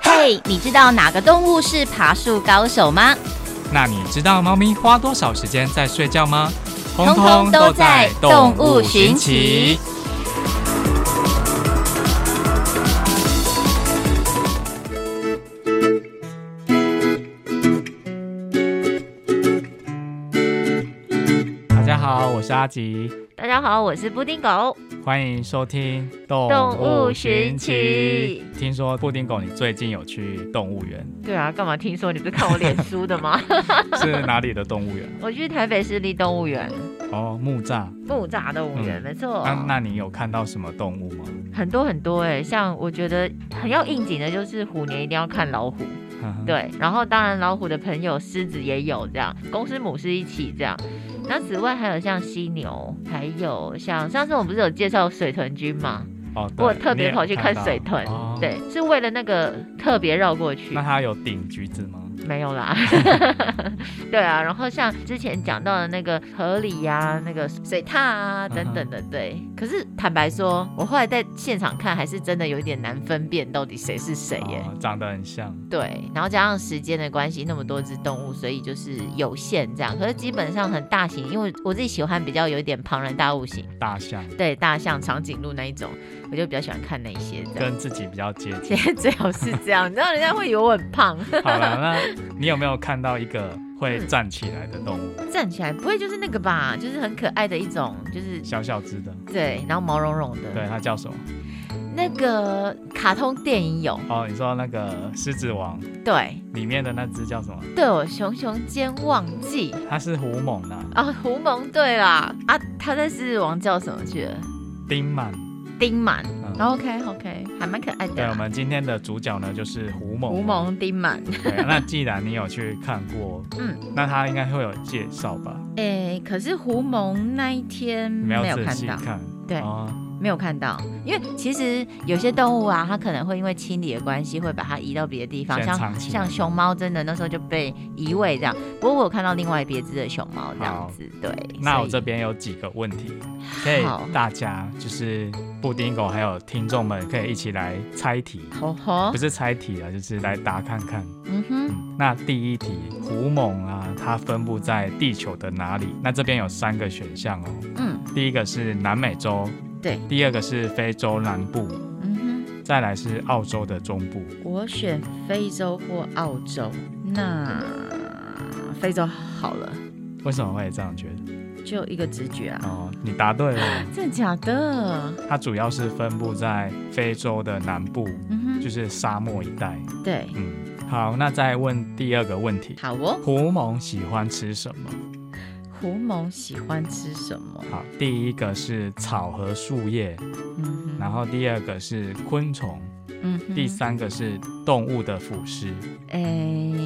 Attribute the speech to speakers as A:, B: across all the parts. A: 嘿，你知道哪个动物是爬树高手吗？
B: 那你知道猫咪花多少时间在睡觉吗？通
A: 通
B: 通
A: 都
B: 都
A: 在
B: 在动
A: 动物
B: 物
A: 寻
B: 寻
A: 奇
B: 奇。大家好，我是阿吉，
A: 大家好，我是布丁狗。
B: 欢迎收听《动
A: 动物
B: 物
A: 寻
B: 寻
A: 奇
B: 奇》。听说布丁狗，你最近有去动物园，
A: 对啊，干嘛？听说你不是看我脸书的吗？
B: 是哪里的动物园？
A: 我去台北市立动物园，
B: 哦，木栅。
A: 木栅动物园，
B: 嗯
A: 没错。
B: 那、那你有看到什么动物 吗？
A: 很多很多哎、像我觉得很要应景的就是虎年一定要看老虎，
B: 嗯
A: 对，然后当然老虎的朋友狮子也有这样，公狮母狮一起这样。那此外还有像犀牛，还有像上次我们不是有介绍水豚君吗？
B: 哦，对
A: 我有特别跑去看
B: 你也有
A: 水
B: 看
A: 豚
B: 到哦、。
A: 对，是为了那个特别绕过去
B: 那。它有顶橘子吗？
A: 没有 啦，对啊，然后像之前讲到的那个河里呀、那个水獭啊等等
B: 嗯
A: 的，对。可是坦白说，我后来在现场看，还是真的有一点难分辨到底谁是谁耶。
B: 哦长得很像。
A: 对，然后加上时间的关系，那么多只动物，所以就是有限这样。可是基本上很大型，因为我自己喜欢比较有一点庞然大物型，
B: 大象
A: 对，大象、长颈鹿那一种，我就比较喜欢看那一些这样。
B: 跟自己比较接近。
A: 其实最好是这样，你知道人家会以为我很胖，
B: 好了，那你有没有看到一个会站起来的动物？
A: 站起来不会就是那个吧？就是很可爱的一种，就是
B: 小小只的，
A: 对，然后毛茸茸
B: 对，
A: 的。
B: 它叫什么？
A: 那个卡通电影有，
B: 哦，你说那个《狮子王
A: 对》
B: 里面的那只叫什么？
A: 对，我熊熊间忘记
B: 它是狐獴啊，
A: 啊，狐獴对啦啊，他在狮子王叫什么去了？
B: 丁满。
A: 丁满。
B: 嗯
A: OK OK，还蛮可爱的
B: 对，我
A: 啦。
B: 们今天的主角呢就是狐獴。
A: 狐。獴丁满，
B: 对，那既然你有去看过，
A: 嗯，
B: 那它应该会有介绍吧？
A: 哎、可是狐獴那一天
B: 你
A: 没
B: 们
A: 有
B: 要仔
A: 看
B: 细
A: 到，
B: 看。
A: 对
B: 哦，
A: 没有看到，因为其实有些动物啊，它可能会因为清理的关系，会把它移到别的地方，
B: 先
A: 像
B: 藏起来
A: 像熊猫，真的那时候就被移位这样。不过我有看到另外别只的熊猫这样子，对。
B: 那我
A: 所
B: 这
A: 以
B: 边有几个问题，可以
A: 好
B: 大家就是布丁狗还有听众们可以一起来猜题，
A: 吼哦吼
B: 不，是猜题了，就是来答看看。
A: 嗯哼，
B: 嗯，那第一题，狐獴啊，它分布在地球的哪里？那这边有三个选项哦，
A: 嗯
B: 第一个是南美洲，
A: 对，
B: 第二个是非洲南部，
A: 嗯哼，
B: 再来是澳洲的中部。
A: 我选非洲或澳洲，那非洲好了，
B: 为什么会这样觉得？
A: 就一个直觉啊，
B: 哦，你答对了，
A: 真的假的？
B: 它主要是分布在非洲的南部，
A: 嗯
B: 就是沙漠一带。
A: 哼，对，
B: 嗯，好，那再问第二个问题，
A: 好哦。
B: 狐獴喜欢吃什么？
A: 狐獴喜欢吃什么？
B: 好，第一个是草和树叶，
A: 嗯哼，
B: 然后第二个是昆虫，
A: 嗯哼
B: 第三个是动物的腐尸。
A: 诶，哎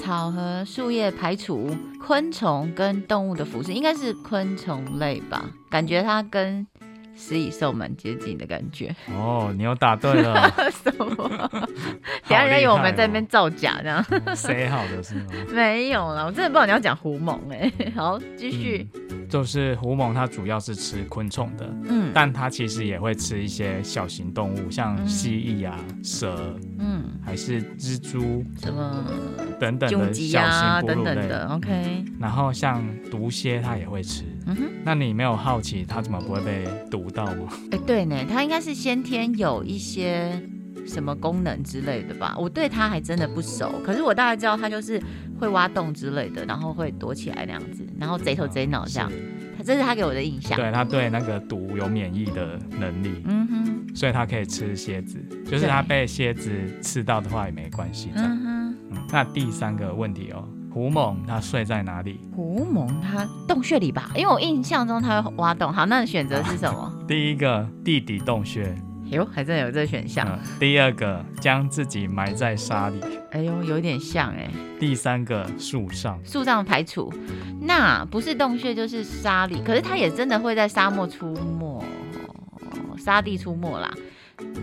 A: 草和树叶排除昆虫跟动物的腐蚀，应该是昆虫类吧？感觉它跟食蚁兽蛮接近的感 觉。
B: 哦，你又答对 了，
A: 什么？等下人家以为我们在那边造假呢？
B: 哦塞好的是吗？
A: 没有啦，我真的不知道你要讲狐獴哎、 好，继续。
B: 嗯，就是狐獴，它主要是吃昆虫的，
A: 嗯
B: 但它其实也会吃一些小型动物，像
A: 嗯
B: 蜥蜴啊、蛇，
A: 嗯，
B: 还是蜘蛛
A: 什么
B: 等等
A: 鸠
B: 的
A: 鸡
B: 小
A: 呀
B: 型哺
A: 等
B: 乳
A: 等
B: 类。嗯
A: 的。OK，
B: 然后像毒蝎，它也会吃。
A: 嗯哼，
B: 那你没有好奇它怎么不会被毒到吗？
A: 哎、对呢，它应该是先天有一些什么功能之类的吧？我对它还真的不熟，可是我大概知道它就是会挖洞之类的，然后会躲起来那样子，然后贼头贼哦脑这样
B: 是。。
A: 它这是它给我的印象。
B: 对，它对那个毒有免疫的能力，
A: 嗯哼，
B: 所以它可以吃蝎子。就是它被蝎子刺到的话也没关系。这样、
A: 嗯哼，
B: 嗯那第三个问题哦，狐獴它睡在哪里？
A: 狐獴它洞穴里吧？因为我印象中它会挖洞。好，那选择是什么？
B: 第一个地底洞穴，
A: 哎呦，还真的有这个选项。
B: 嗯第二个将自己埋在沙里，
A: 哎呦，有点像哎、
B: 第三个树上。
A: 树上排除，那不是洞穴就是沙里，可是它也真的会在沙漠出没，沙地出没啦。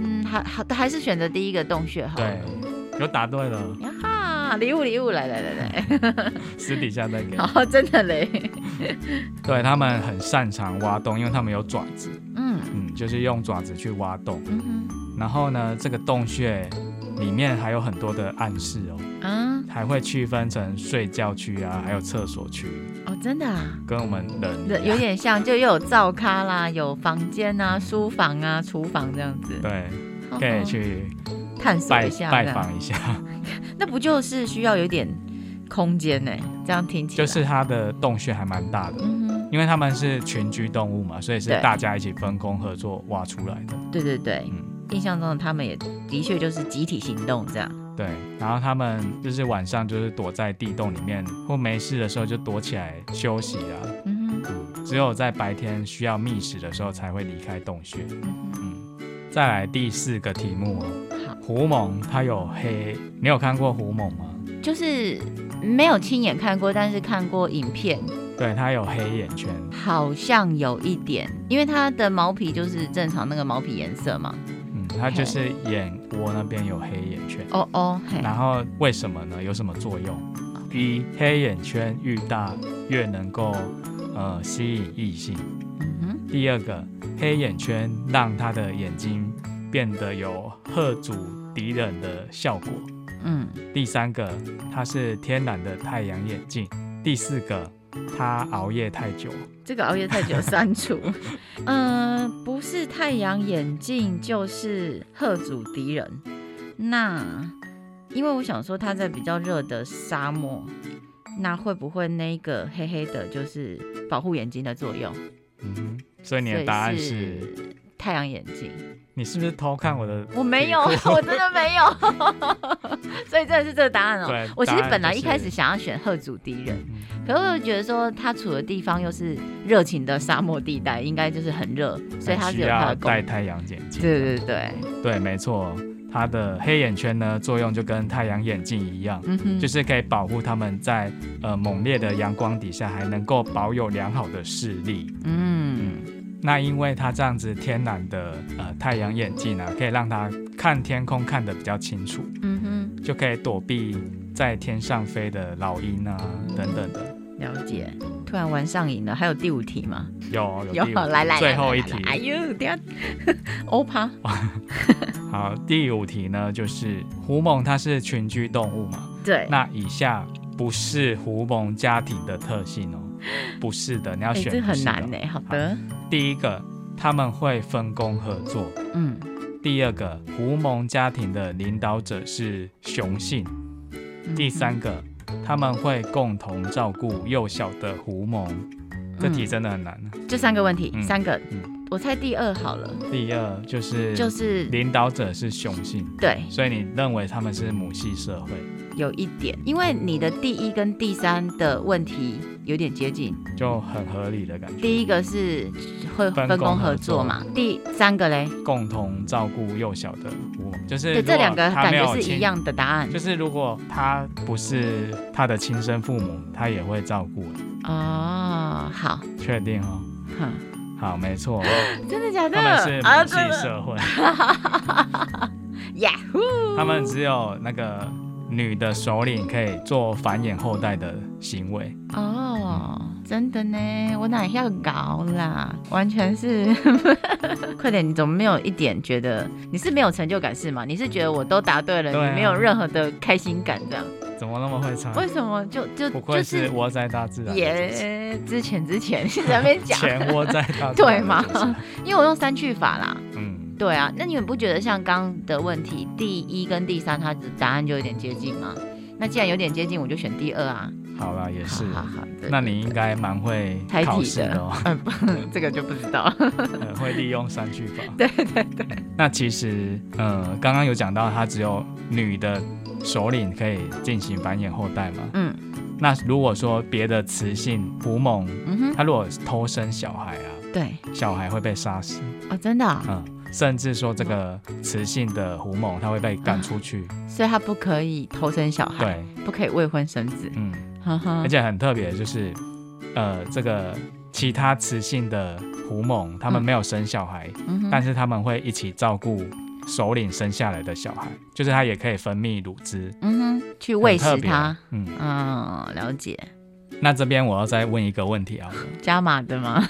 A: 嗯，还还还是选择第一个洞穴好了
B: 对。，有答对了，哦
A: 呀哈，礼物礼物，来来来来，
B: 私底下再给你。
A: 好，真的嘞，
B: 对他们很擅长挖洞，因为他们有爪子，
A: 嗯
B: 嗯，就是用爪子去挖洞。
A: 嗯哼，
B: 然后呢，这个洞穴里面还有很多的暗示哦，
A: 啊，
B: 还会区分成睡觉区啊，还有厕所区，
A: 哦，真的啊。
B: 跟我们人
A: 这
B: 一
A: 有
B: 样
A: 点像，就又有灶咖啦，有房间啊、书房啊、厨房这样子，
B: 对，
A: 好
B: 可以
A: 好
B: 去
A: 探索
B: 拜
A: 哦一下这
B: 拜
A: 样啊
B: 访一下，
A: 那不就是需要有点空间呢、这样听起来
B: 就是它的洞穴还蛮大的。
A: 嗯哼，
B: 因为它们是群居动物嘛，所以是
A: 对
B: 大家一起分工合作挖出来的。
A: 对对对，
B: 嗯
A: 印象中的他们也的确就是集体行动这样。
B: 对，然后它们就是晚上就是躲在地洞里面，或没事的时候就躲起来休息啊。
A: 嗯哼，
B: 只有在白天需要觅食的时候才会离开洞穴。
A: 嗯
B: 嗯，再来第四个题目哦，
A: 哼好，
B: 狐獴它有黑，你有看过狐獴吗？
A: 就是没有亲眼看过，但是看过影片，
B: 对，它有黑眼圈。
A: 好像有一点，因为它的毛皮就是正常那个毛皮颜色嘛。
B: 嗯，它就是眼窝那边有黑眼圈。
A: 哦哦，嘿，
B: 然后为什么呢？有什么作用？一，黑眼圈越大越能够呃吸引异性。
A: 嗯哼。
B: 第二个，黑眼圈让他的眼睛变得有吓阻敌人的效果。
A: 嗯，
B: 第三个，它是天然的太阳眼镜。第四个，它熬夜太久。
A: 这个熬夜太久删 除。嗯、不是太阳眼镜就是贺主敌人。那因为我想说他在比较热的沙漠，那会不会那个黑黑的就是保护眼睛的作用？
B: 嗯哼，所以你的答案是，
A: 所以是太阳眼镜？
B: 你是不是偷看我的？
A: 我没有， 我真的没有。所以真的是这个答案哦、
B: 对
A: 我其实
B: 答案
A: 本来
B: 就
A: 一开
B: 是
A: 始想要选贺主敌人。
B: 嗯
A: 可是我觉得说，他处的地方又是热情的沙漠地带，应该就是很热，所以它是
B: 需
A: 有它
B: 要
A: 的功
B: 戴
A: 能。
B: 太阳眼镜。
A: 对对对，
B: 对，没错，它的黑眼圈呢作用就跟太阳眼镜一样。
A: 嗯哼，
B: 就是是可以保护他们在呃猛烈的阳光底下还能够保有良好的视力。
A: 嗯，
B: 那因为它这样子天然的呃太阳眼镜呢，可以让它看天空看得比较清楚。
A: 嗯哼，
B: 就可以躲避在天上飞的老鹰啊等等的。
A: 了解。突然玩上瘾了，还有第五题吗？
B: 有
A: 有，
B: 第五题
A: 来来，
B: 最
A: 来
B: 后
A: 来
B: 一
A: 来
B: 题。
A: 哎呦，等一下， 欧趴，
B: 好，第五题呢就是狐獴，它是群居动物嘛？
A: 对，
B: 那以下不是狐獴家庭的特性哦，不是的，你要
A: 哎，
B: 选、
A: 这很难呢。好的，
B: 第一个，他们会分工合作。
A: 嗯，
B: 第二个，狐獴家庭的领导者是雄性。
A: 嗯
B: 第三个，他们会共同照顾幼小的狐獴。这题
A: 嗯
B: 真的很难啊。
A: 这三个问题，
B: 嗯
A: 三个
B: 嗯，
A: 我猜第二好了，
B: 第二就是
A: 就是
B: 领导者是雄性，
A: 对，
B: 所以你认为他们是母系社会，
A: 有一点，因为你的第一跟第三的问题有点接近，
B: 就很合理的感觉。
A: 第一个是会
B: 分
A: 分工
B: 工
A: 合
B: 合
A: 作
B: 作
A: 嘛，第三个嘞，
B: 共同照顾幼小的狐獴，就是
A: 对，
B: 如果
A: 这两个
B: 他
A: 感
B: 没有
A: 觉是
B: 亲
A: 一。样的答案
B: 就是如果他不是他的亲生父母，他也会照顾。
A: 哦。好，
B: 确定哦？
A: 哼，
B: 好，没错，
A: 真的假
B: 他们是
A: 的？
B: 母
A: 真
B: 系
A: 的
B: 社 会，
A: ，Yahoo！
B: 他们只有那个女的首领可以做繁衍后代的行为。
A: 哦，真的呢，我哪要搞啦？完全是， 快点！你怎么没有一点觉得你是没有成就感是吗？你是觉得我都答对了，
B: 对啊
A: 你没有任何的开心感这样？
B: 怎么那么会唱？
A: 为什么就就
B: 不
A: 就
B: 愧
A: 是
B: 是窝在大自然的主持人。
A: 也之前之前 是在那边讲，
B: 钱窝在大
A: 对吗
B: 自然的
A: 因为我用删去法啦。
B: 主持人嗯，
A: 对啊，那你们不觉得像刚刚的问题，第一跟第三，它的答案就有点接近吗？那既然有点接近，我就选第二啊。
B: 好啦，也是。
A: 好好好，对
B: 那你应该蛮会
A: 猜
B: 考
A: 题
B: 试
A: 的
B: 的哦，
A: 嗯这个就不知道了。
B: 很会利用三句 法。对对对。那其实，呃，刚刚有讲到，它只有女的首领可以进行繁衍后代嘛。
A: 嗯
B: 那如果说别的雌性狐獴，
A: 嗯哼，
B: 它如果偷生小孩啊，
A: 对
B: 小孩会被杀死，
A: 哦，真的啊、
B: 嗯，甚至说这个雌性的狐獴，它会被
A: 啊
B: 赶出去。
A: 所以他不可以偷生小孩，
B: 对，
A: 不可以未婚生子。
B: 嗯。
A: 呵呵
B: 而，且很特别，的就是呃，这个其他雌性的狐獴，它们
A: 嗯
B: 没有生小孩，
A: 嗯哼
B: 但是它们会一起照顾首领生下来的小孩，就是它也可以分泌乳汁，
A: 嗯哼，去
B: 很
A: 喂
B: 特
A: 食
B: 别
A: 它。。
B: 嗯，
A: 嗯，了解，
B: 那这边我要再问一个问题啊，
A: 加码的吗？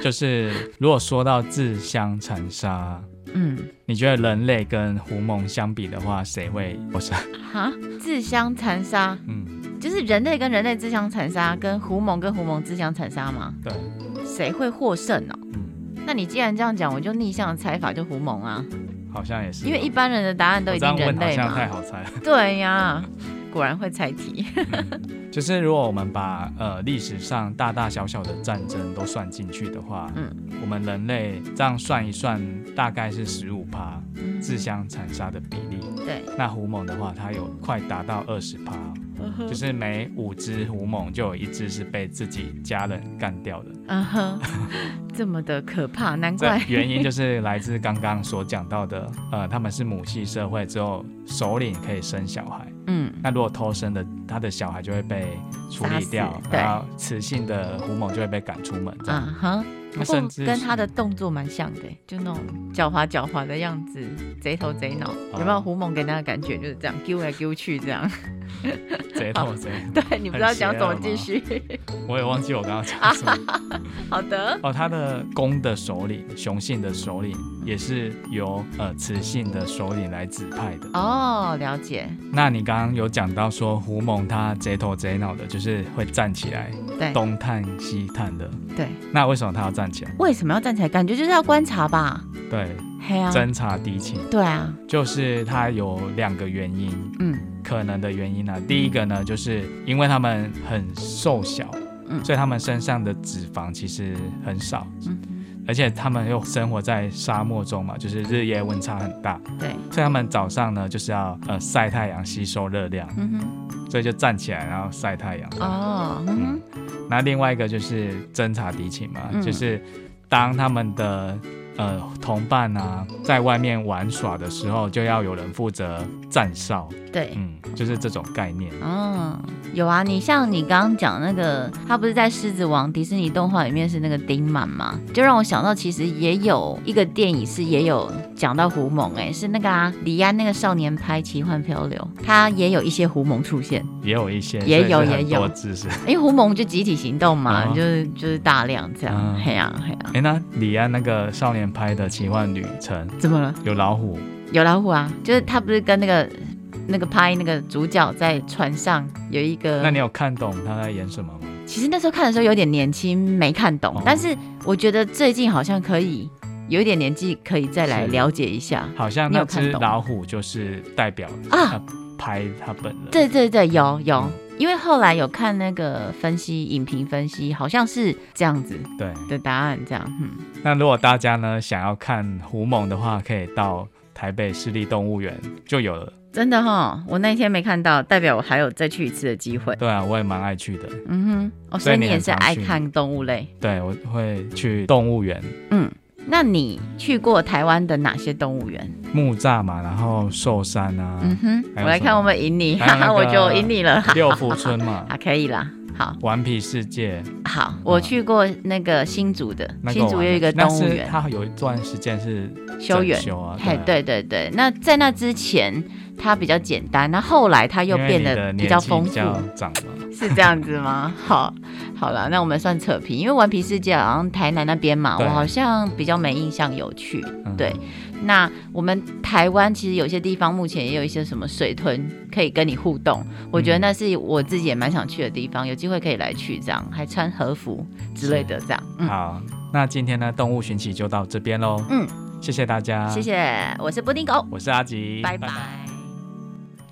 B: 就是如果说到自相残杀，
A: 嗯，
B: 你觉得人类跟狐獴相比的话，谁会获胜？
A: 哈，自相残杀，
B: 嗯，
A: 就是人类跟人类自相残杀，跟狐獴跟狐獴自相残杀吗？
B: 对，
A: 谁会获胜呢、
B: 嗯，
A: 那你既然这样讲，我就逆向的猜法，就狐獴啊，
B: 好像也是。哦
A: 因为一般人的答案都
B: 我
A: 已
B: 这
A: 经
B: 样
A: 人
B: 问好
A: 类
B: 像太
A: 嘛。
B: 好猜了。
A: 对呀，果然会猜题。
B: 就是如果我们把呃历史上大大小小的战争都算进去的话，
A: 嗯，
B: 我们人类这样算一算，大概是十五趴
A: 嗯
B: 自相残杀的比例。
A: 对，
B: 那狐獴的话，它有快达到二十趴，
A: 嗯哼
B: 就是每五只狐獴就有一只是被自己家人干掉的。
A: 嗯哼，这么的可怕，难
B: 这
A: 怪。
B: 原因就是来自刚刚所讲到的，呃，他们是母系社会之后，首领可以生小孩。
A: 嗯
B: 那如果偷生的，他的小孩就会被处理掉
A: 杀死，对
B: 然后雌性的狐獴就会被赶出门，这样。
A: 啊哈，
B: 那
A: 不过
B: 甚至
A: 跟
B: 是
A: 他的动作蛮像的，就那种狡猾狡猾的样子，贼头贼脑，
B: 哦
A: 有没有胡猛给人家的感觉就是这样，丢来丢去这样。
B: 贼头贼，
A: 哦对，你不知道讲什么，继续。
B: 我也忘记我刚刚讲什么。
A: 好的，
B: 哦，他的公的首领，雄性的首领也是由呃雌性的首领来指派的。
A: 哦，了解，
B: 那你刚刚有讲到说狐獴它贼头贼脑的，就是会站起来
A: 对
B: 东探西探的。
A: 对，
B: 那为什么它要站起来？
A: 为什么要站起来？感觉就是要观察吧。
B: 对，
A: 嘿啊，
B: 侦察敌情，
A: 对啊，
B: 就是它有两个原因，
A: 嗯
B: 可能的原因呢、啊第一个呢，就是因为它们很瘦小，
A: 嗯
B: 所以它们身上的脂肪其实很少，
A: 嗯，
B: 而且它们又生活在沙漠中嘛，就是日夜温差很大，
A: 对，
B: 所以它们早上呢就是要呃晒太阳吸收热量，
A: 嗯哼，
B: 所以就站起来然后晒太阳。
A: 哦，嗯哼，
B: 那另外一个就是侦察敌情嘛，
A: 嗯
B: 就是当他们的呃同伴啊在外面玩耍的时候，就要有人负责站哨，
A: 对。
B: 嗯，就是这种概念。
A: 哦，有啊，你像你刚刚讲那个，他不是在《狮子王》迪士尼动画里面是那个丁满吗？就让我想到，其实也有一个电影是也有讲到狐獴，哎，是那个啊，李安那个少年拍《奇幻漂流》，他也有一些狐獴出现，
B: 也有一些，
A: 也
B: 所
A: 有
B: 以是很
A: 也有
B: 多知识。
A: 因为狐獴就集体行动嘛，
B: 哦
A: 就是就是大量这样
B: 嗯，
A: 嘿呀嘿呀，
B: 哎，那李安那个少年拍的奇幻旅程
A: 怎么了？
B: 有老虎，
A: 有老虎啊，就是他不是跟那个那个拍那个主角在船上有一个
B: 那你有看懂他在演什么吗？
A: 其实那时候看的时候有点年轻，没看懂，
B: 哦
A: 但是我觉得最近好像可以有一点年纪，可以再来
B: 是
A: 了解一下。
B: 好像
A: 你有
B: 那只
A: 看懂
B: 老虎就是代表
A: 啊
B: 他拍他本人。
A: 对对对，有有
B: 嗯，
A: 因为后来有看那个分析影评分析，好像是这样子
B: 对，
A: 的答案，这样，嗯，
B: 那如果大家呢想要看狐獴的话，可以到台北市立动物园就有了。
A: 真的哈、我那天没看到，代表我还有再去一次的机会。
B: 对啊，我也蛮爱去的。
A: 嗯哼，哦，所
B: 所以
A: 以你
B: 你很
A: 也是
B: 常
A: 爱
B: 去
A: 看动物类，
B: 对，我会去动物园
A: 嗯，那你去过台湾的哪些动物园？
B: 木栅嘛，然后寿山啊，
A: 嗯哼，
B: 还
A: 我
B: 有
A: 来
B: 什
A: 看
B: 么
A: 我们赢你，
B: 还有
A: 哈哈，
B: 那
A: 我就
B: 个
A: 赢你了，
B: 六福村嘛，
A: 啊，可以啦，好。
B: 顽皮世界
A: 好，我去过那个新竹的，
B: 那个
A: 新
B: 我
A: 竹
B: 还
A: 有一个
B: 那
A: 动物
B: 是
A: 园
B: 它有一段时间是
A: 修园
B: 整。修啊，
A: 嘿
B: 啊，
A: 对对对，那在那之前它比较简单，那后来它又
B: 因为
A: 变
B: 你
A: 得
B: 的
A: 比
B: 年
A: 较
B: 纪
A: 丰
B: 比
A: 富，
B: 较长嘛，
A: 是这样子吗？ 好，好了，那我们算扯平，因为顽皮世界好像台南那边嘛，我
B: 对
A: 好像比较没印象有去。
B: 嗯
A: 对，那我们台湾其实有些地方目前也有一些什么水豚可以跟你互动，我觉得
B: 嗯
A: 那是我自己也蛮想去的地方，有机会可以来去这样，还穿和服之类的这样。嗯，
B: 好，那今天呢，动物寻奇就到这边喽。
A: 嗯，
B: 谢谢大家，
A: 谢，谢，我是布丁狗，
B: 我是阿吉，
A: 嗯拜拜